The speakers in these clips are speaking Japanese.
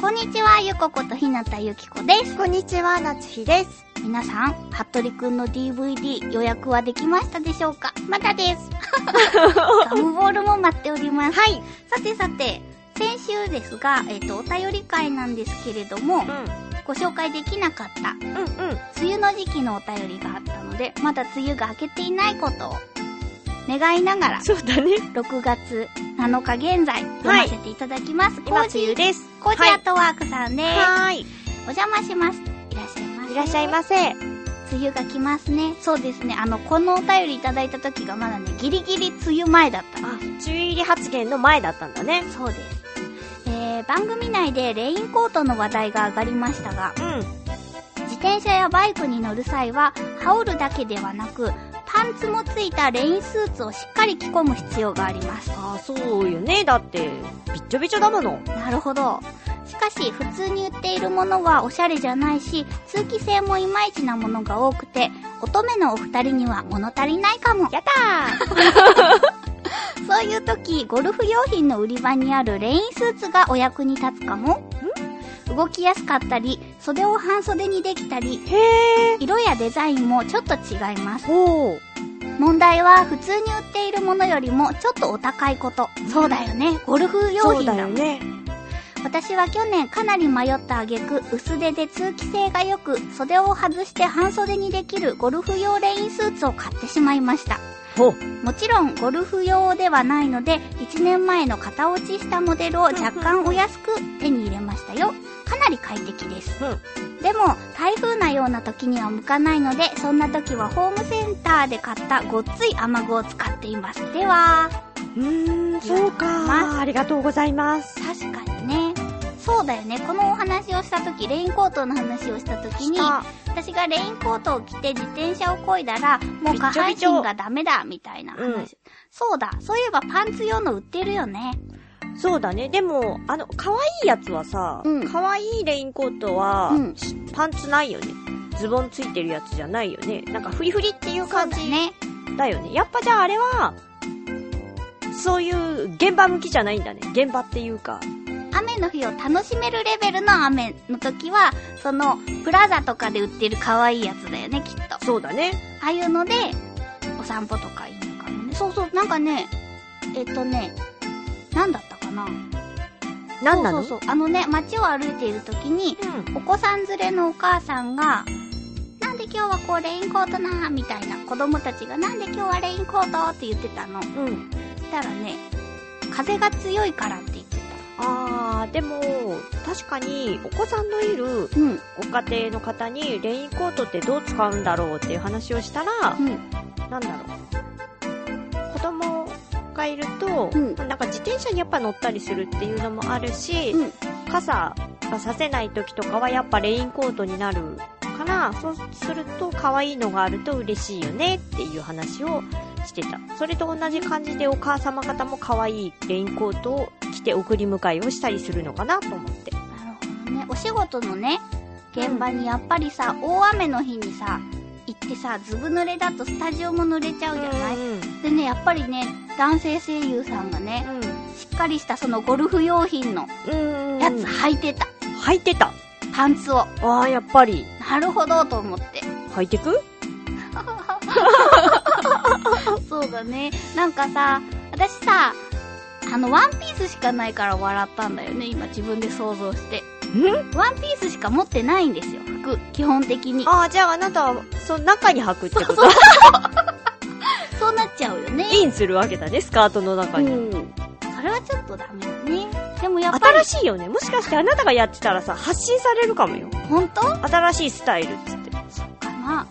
こんにちはゆこことひなたゆきこですこんにちは、夏日です。皆さん、服部くんの DVD 予約はできましたでしょうかまだ です。ガムボールも待っております。はい。さてさて、先週ですが、えっ、と、お便り会なんですけれども、ご紹介できなかった、うん、うん、うん。梅雨の時期のお便りがあったので、まだ梅雨が明けていないことを、願いながら、そうだね。 6月7日現在、読ませていただきます。今、コー梅ジ雨ー、です。コージーアットワークさんです。はーい。お邪魔します。いらっしゃいませ。いらっしゃいませ。梅雨が来ますね。そうですね。あの、このお便りいただいた時がまだね、ギリギリ梅雨前だった。あ、梅雨入り発言の前だったんだね。そうです。えー、番組内でレインコートの話題が上がりましたが、うん。自転車やバイクに乗る際は、羽織るだけではなく、パンツもついたレインスーツをしっかり着込む必要があります。あ、そうよね。だって、びっちょびちょだもの。なるほど。しかし、普通に売っているものはおしゃれじゃないし、通気性もいまいちなものが多くて、乙女のお二人には物足りないかも。やったー そういう時、ゴルフ用品の売り場にあるレインスーツがお役に立つかも。動きやすかったり、袖を半袖にできたり、へえ。色やデザインもちょっと違います。おー。問題は普通に売っているものよりもちょっとお高いこと。そうだよね。ゴルフ用そう品だだよもん。ね。私は去年かなり迷った挙句、薄手で通気性が良く、袖を外して半袖にできるゴルフ用レインスーツを買ってしまいました。ほう。もちろんゴルフ用ではないので1年前の型落ちしたモデルを若干お安く手に入れましたよかなり快適です、でも台風なような時には向かないのでそんな時はホームセンターで買ったごっつい雨具を使っていますではうーん、そうかまー。ありがとうございます。確かにねそうだよねこのお話をした時レインコートの話をした時にした私がレインコートを着て自転車を漕いだら、もう下半身がダメだ、みたいな話。うんそうだ、そういえばパンツ用の売ってるよね。そうだね。でも、あの、可愛いやつはさ、うん可愛いレインコートは、うんしパンツないよね。ズボンついてるやつじゃないよね。なんかフリフリっていう感そうじだね。だよね。やっぱじゃああれは、そういう現場向きじゃないんだね。現場っていうか。雨の日を楽しめるレベルの雨の時は、その、プラザとかで売ってる可愛いやつだよね、きっと。あそうだね。あいうので、お散歩とかいいのかもね。そうそう、なんかね、えっとね、なんだったかななんなのそうそうそう。あのね、街を歩いている時に、うん。お子さん連れのお母さんが、なんで今日はこうレインコートなーみたいな子供たちがなんで今日はレインコートって言ってたの。そうん。したらね、風が強いからって言ってた。あー、でも、確かに、お子さんのいるうん。ご家庭の方に、レインコートってどう使うんだろうっていう話をしたら、うん。なんだろう。子供がいると、うんなんか自転車にやっぱ乗ったりするっていうのもあるし、うん傘がさせない時とかはやっぱレインコートになるから、そうすると可愛いのがあると嬉しいよねっていう話をしてた。それと同じ感じでお母様方も可愛いレインコートを着て送り迎えをしたりするのかなと思って。なるほどね。お仕事のね、現場にやっぱりさ、大雨の日にさ、行ってさ、ずぶ濡れだとスタジオも濡れちゃうじゃない、うんでね、やっぱりね、男性声優さんがね、しっかりしたそのゴルフ用品のうん。うん。やつ履いてた。履いてた。パンツを。ああ、やっぱり。なるほどと思って。履いてくそうだね。なんかさ、私さ、あの、ワンピースしかないから笑ったんだよね。今自分で想像して。んワンピースしか持ってないんですよ、服。基本的に。ああ、じゃああなたは、その中に履くってことそうなっちゃうよね。インするわけだね、スカートの中うに。ん。それはちょっとダメだね。でもやっぱり、新しいよね。もしかしてあなたがやってたらさ、発信されるかもよ。本当新しいスタイルっつって。かな。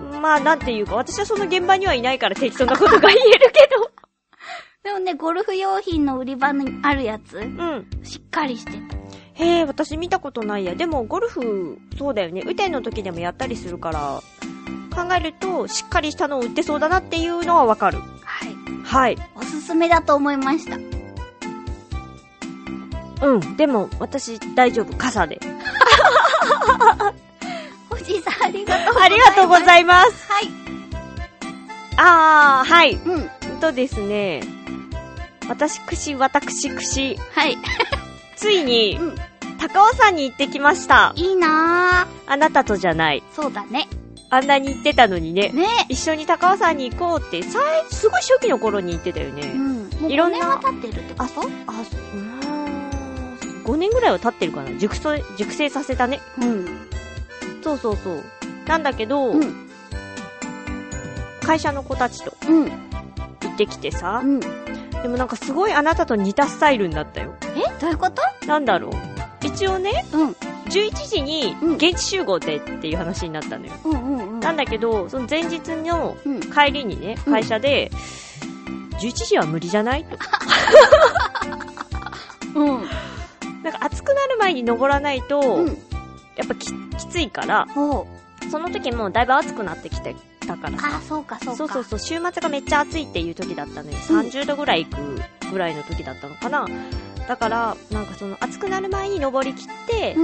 うーんまあ、なんていうか、私はその現場にはいないから適当なことが言えるけど。でもね、ゴルフ用品の売り場にあるやつ、うん。しっかりしてた。へえ、私見たことないや。でも、ゴルフ、そうだよね。雨天の時でもやったりするから、考えると、しっかりしたのを売ってそうだなっていうのはわかる。はい。はい。おすすめだと思いました。うん。でも、私、大丈夫。傘で。おじいさん、ありがとうござあいります。がとうございます。はい。あー、はい。うん。うんとですね、私くし、私くし、はい。ついにうん、高尾山に行ってきました。いいなぁ。あなたとじゃない。そうだね。あんなに行ってたのにね。ね一緒に高尾山に行こうって、最、すごい初期の頃に行ってたよえ。ね。うん。もういろ5んな年は経ってるってことそうあ、そううーん。5年ぐらいは経ってるかな。熟成、熟成させたね。うん。そうそうそう。なんだけど、うん。会社の子たちとうん。行ってきてさ、うん。でもなんかすごいあなたと似たスタイルになったよ。えどういうことなんだろう。一応ね、うん。 11時にうん現地集合でっていう話になったのよ。うんうんうん。なんだけど、その前日のうん。帰りにね、うん会社で、11時は無理じゃないと。うん。なんか暑くなる前に登らないと、うん。やっぱききついから、ほう。その時もうだいぶ暑くなってきてたからさ。ああ、そうかそうか。そうそうそう、週末がめっちゃ暑いっていう時だったのよ。うん30度ぐらい行くぐらいの時だったのかな。だから、なんかその暑くなる前に登りきって、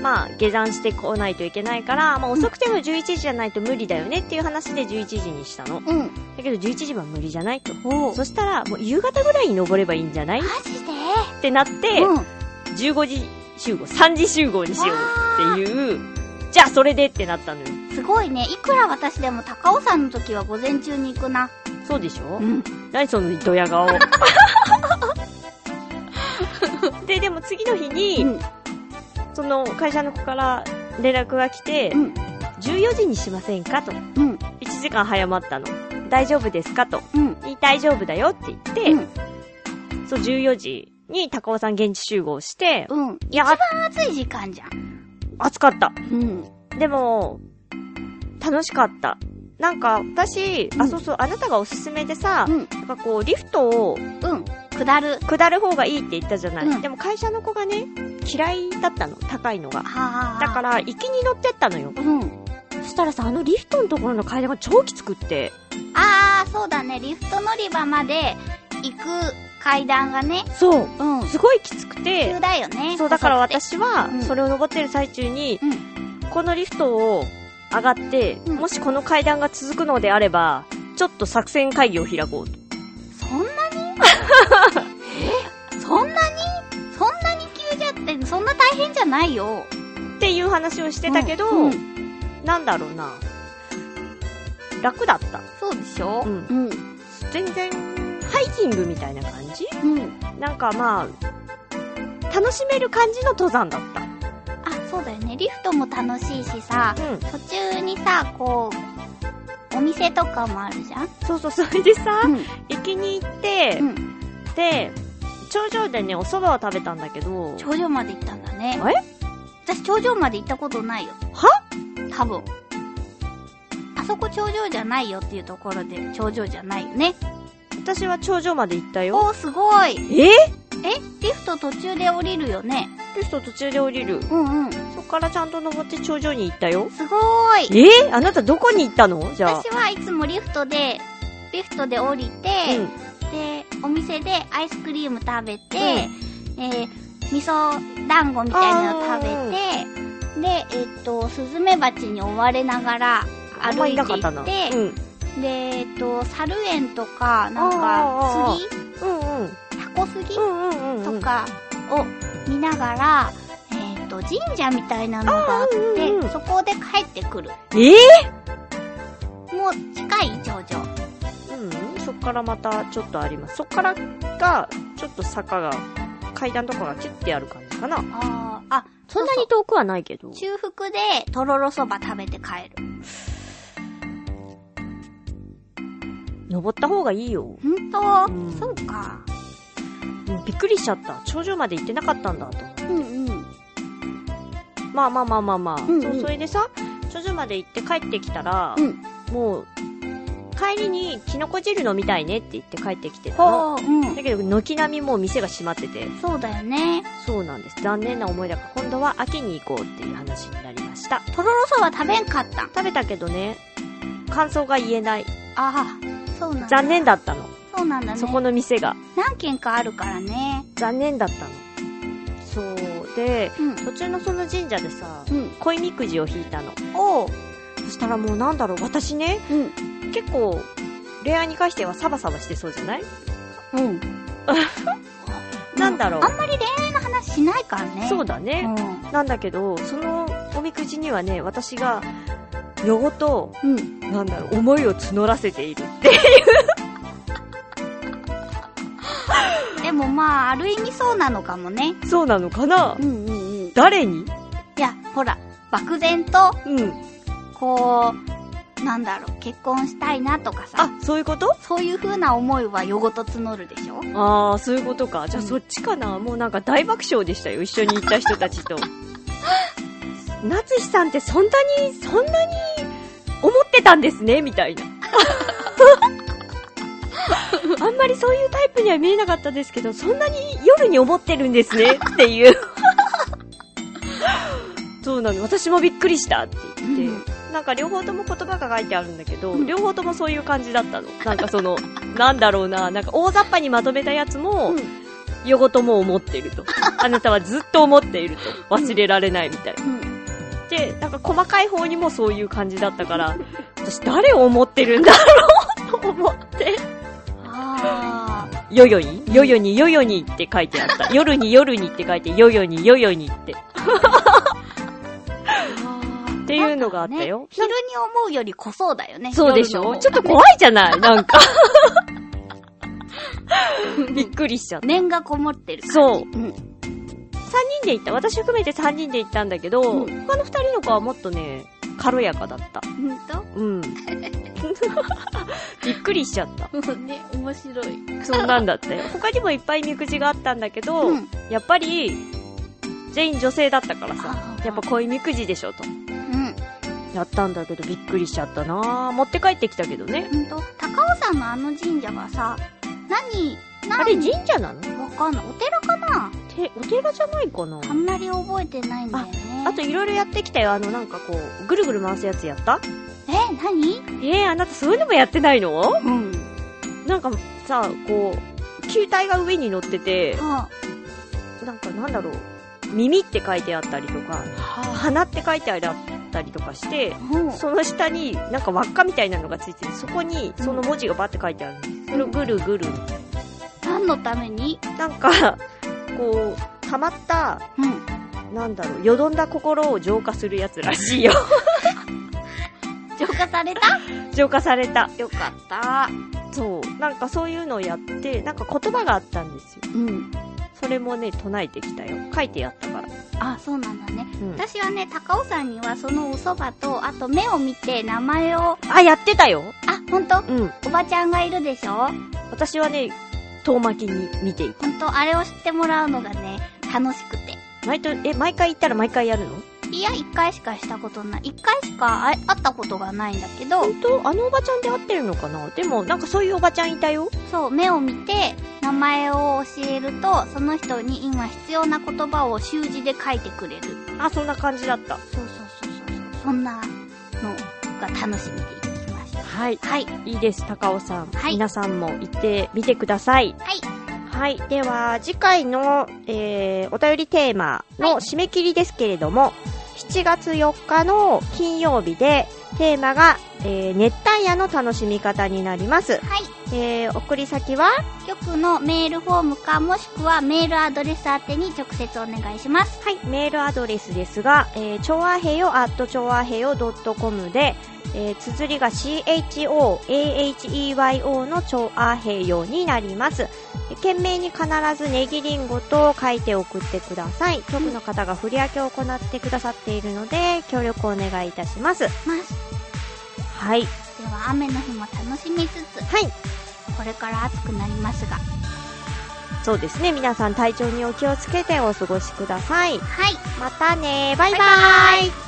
まあ下山してこないといけないから、まあ遅くても11時じゃないと無理だよねっていう話で11時にしたの。うん。だけど11時は無理じゃないと。ほう。そしたら、もう夕方ぐらいに登ればいいんじゃないっマジでてなって、うん。 15時集合、3時集合にしようっていう、じゃあそれでってなったのよ。すごいね。いくら私でも高尾山の時は午前中に行くな。そうでしょん。何そのド ヤ顔。で、でも次の日に、うん。その会社の子から連絡が来て、うん14時にしませんかと。うん。 1時間早まったの。大丈夫ですかと。うん。大丈夫だよってう言っん。て、そう14時に高尾さん現地集合して、うん。いや、暑い時間じゃん。暑かった。うん。でも、楽しかった。なんか、私、うあ、んそうそう、あなたがおすすめでさう、ん。なんかこう、リフトをうん。下る。下る方がいいって言ったじゃない。うんでも会社の子がね、嫌いだったの、高いのが。はあ。。だからら、行きに乗ってったのよ。うん。そしたらさ、あのリフトのところの階段が超きつくって。ああ、そうだね。リフト乗り場まで行く階段がね。そう。うん。すごいきつく急て。だよね。そう、だから細くて。私はうん、それを登ってる最中に、うん。このリフトを上がって、うんもしこの階段が続くのであれば、ちょっと作戦会議を開こうと。そんなにえそんなにそんなに急じゃって、そんな大変じゃないよ。っていう話をしてたけど、うんうんなんだろうな。楽だった。そうでしょうんうん。全然、ハイキングみたいな感じうん。なんかまあ、楽しめる感じの登山だった。あ、そうだよね。リフトも楽しいしさ、うん。途中にさ、こう、お店とかもあるじゃんそうそう、それでさ、うん。行きに行って、うん。で、頂上でね、お蕎麦を食べたんだけど、頂上まで行ったんだね。あれ私頂上まで行ったことないよ。は多分。あそこ頂上じゃないよっていうところで頂上じゃないよね。私は頂上まで行ったよ。おー、すごい。えーえリフト途中で降りるよねリフト途中で降りる。うんうん。そっからちゃんと登って頂上に行ったよ。すごーい。えーあなたどこに行ったのじゃあ。私はいつもリフトで、リフトで降りて、うん。で、お店でアイスクリーム食べて、えー、味噌団子みたいなの食べて、で、えっと、スズメバチに追われながらあん歩まりいいてないかったっな。て、うん。で、えっと、サル園とか、なんあーあかーあ、うんうん。杉タコ杉うんうんうんうん。とかを見ながら、えっと、神社みたいなのがあって、うんうんうんそこで帰ってくる。えーもう近い頂上。うん、そっからまたちょっとあります。そっからが、ちょっと坂が、階段とかがキュッてある感じかな。あーあ、そんなに遠くはないけど。中腹でとろろそば食べて帰る。登った方がいいよ。ほんと、うんそうか。もうびっくりしちゃった。頂上まで行ってなかったんだと思って。うんうん。まあまあまあまあまあ。うんうんそう、それでさ、頂上まで行って帰ってきたら、うんもう、帰りにキノコ汁飲みたいねって言って帰ってきてたほの。う、うんだ。けど、軒並みもう店が閉まってて、そうだよね。そうなんです。残念な思いだから、今度は秋に行こうっていう話になりました。とろろそば食べんかったん。食べたけどね、感想が言えない。ああ、そうなんだ。残念だったの。そうなんだね。そこの店が。何軒かあるからね。残念だったの。そう。で、うん。途中のその神社でさ、うん。恋みくじを引いたの。おう。そしたらもうなんだろう、私ね、うん。結構、恋愛に関してはサバサバしてそうじゃない うん。なんだろうあんまり恋愛の話しないからね。そうだだね。ね。なんだけど、そのおみくじにはね、私が、ヨゴと、うん。うん。なんだろう、思いを募らせているって。でもまあ、ある意味そうなのかもね。そうなのかなうんうんうん。い誰にや、ほら、漠然と、うん。こう、なんだろう、結婚したいなとかさ。あ、そういうことそういう風な思いはよごと募るでしょああ、そういうことか。じゃあうんそっちかな。もうなんか大爆笑でしたよ。一緒に行った人た ちと。夏日さんってそんなに、そんなに、思ってたんですね、みたいな。あんまりそういうタイプには見えなかったですけど、そんなに夜に思ってるんで すね、っていう。そうなの。私もびっくりしたって言って。なんか両方とも言葉が書いてあるんだけど、うん両方ともそういう感じだったの。なんかその、 なんだろうな、なんか大雑把にまとめたやつも、うんよごとも思ってると。あなたはずっと思っていると。忘れられないみたいな。うん。で、なんか細かい方にもそういう感じだったから、私誰を思ってるんだろうと思って。ああ。よよによよによよにって書いてあ った。夜に夜にって書いて、よよによよにって。っっていうのがあったよ昼に思うよりこそうだよね。そうでし夜のょ方ちょっと怖いじゃ ないなんか。びっくりしちゃった。念がこもってる感じ。そううん。 3人で行った。私含めて3人で行ったんだけど、うん他の2人の子はもっとね、軽やかだった。ほんと うん。びっくりしちゃった。ね、面白い。そんなんだったよ。他にもいっぱいみくじがあったんだけど、うん。やっぱり、全員女性だったからあさ、ーやっぱこういうみくじでしょと。うん。やったんだけどびっくりしちゃったなぁ。持って帰ってきたけどね。ほんと高尾山のあの神社がさ、何、あ何れ神社なのわかんない。お寺かなて、お寺じゃないかなあんまり覚えてないんだよね。あといろいろやってきたよ。あのなんかこう、ぐるぐる回すやつやったえ、何えー、あなたそういうのもやってないのうん。なんかさ、こう、球体が上に乗ってて、あ、なんかなんだろう、耳って書いてあったりとか、は鼻って書いてあったりとかして、うん。その下になんか輪っかみたいなのがついてて、そこにその文字がバッて書いてあるんです。それをぐるぐる。何のためになんか、こう、溜まったうん。なんだろう、よどんだ心を浄化するやつらしいよ。 浄化された浄化された。よかった。そう。なんかそういうのをやって、なんか言葉があったんですよ。うん。それもね、唱えてきたよ。書いてやったから。あ、そうなんだね。うん私はね、高尾山にはそのお蕎麦と、あと目を見て名前を、あ、あ、やってたよ。ほんとうん。おばちゃんがいるでしょ私はね、遠巻きに見ていた。ほんと、あれを知ってもらうのがね、楽しくて。毎とえ、毎回行ったら毎回やるのいや、一回しかしたことない。一回しかあ会ったことがないんだけど、本当あのおばちゃんで合ってるのかなでも、なんかそういうおばちゃんいたよ。そう、目を見て、名前を教えると、その人に今必要な言葉を習字で書いてくれる。あ、そんな感じだった。そうそうそうそうそう。そんなのが楽しみでいきましはい。た。はい。いいです、高尾さん。はい皆さんも行ってみてください。はい。はい。では、次回の、えー、お便りテーマの締め切りですけれども、7月4日の金曜日で、テーマが、えー、熱帯夜の楽しみ方になります。はい。えー、送り先は、局のメールフォームかもしくはメールアドレス宛てに直接お願いします。はい、メールアドレスですが、えー、ちょわへよ、アットちょわへよ .com で、えー、綴りが CHOAHEYO のちょわへよになります。えー件名に必ずネギリンゴと書いて送ってください。局の方が振り分けを行ってくださっているので、協力をお願いいたします。ます。はい。では雨の日も楽しみつつ、はい。これから暑くなりますが、そうですね。皆さん体調にお気をつけてお過ごしくださはい。い。またね。バイババイイ。バーイ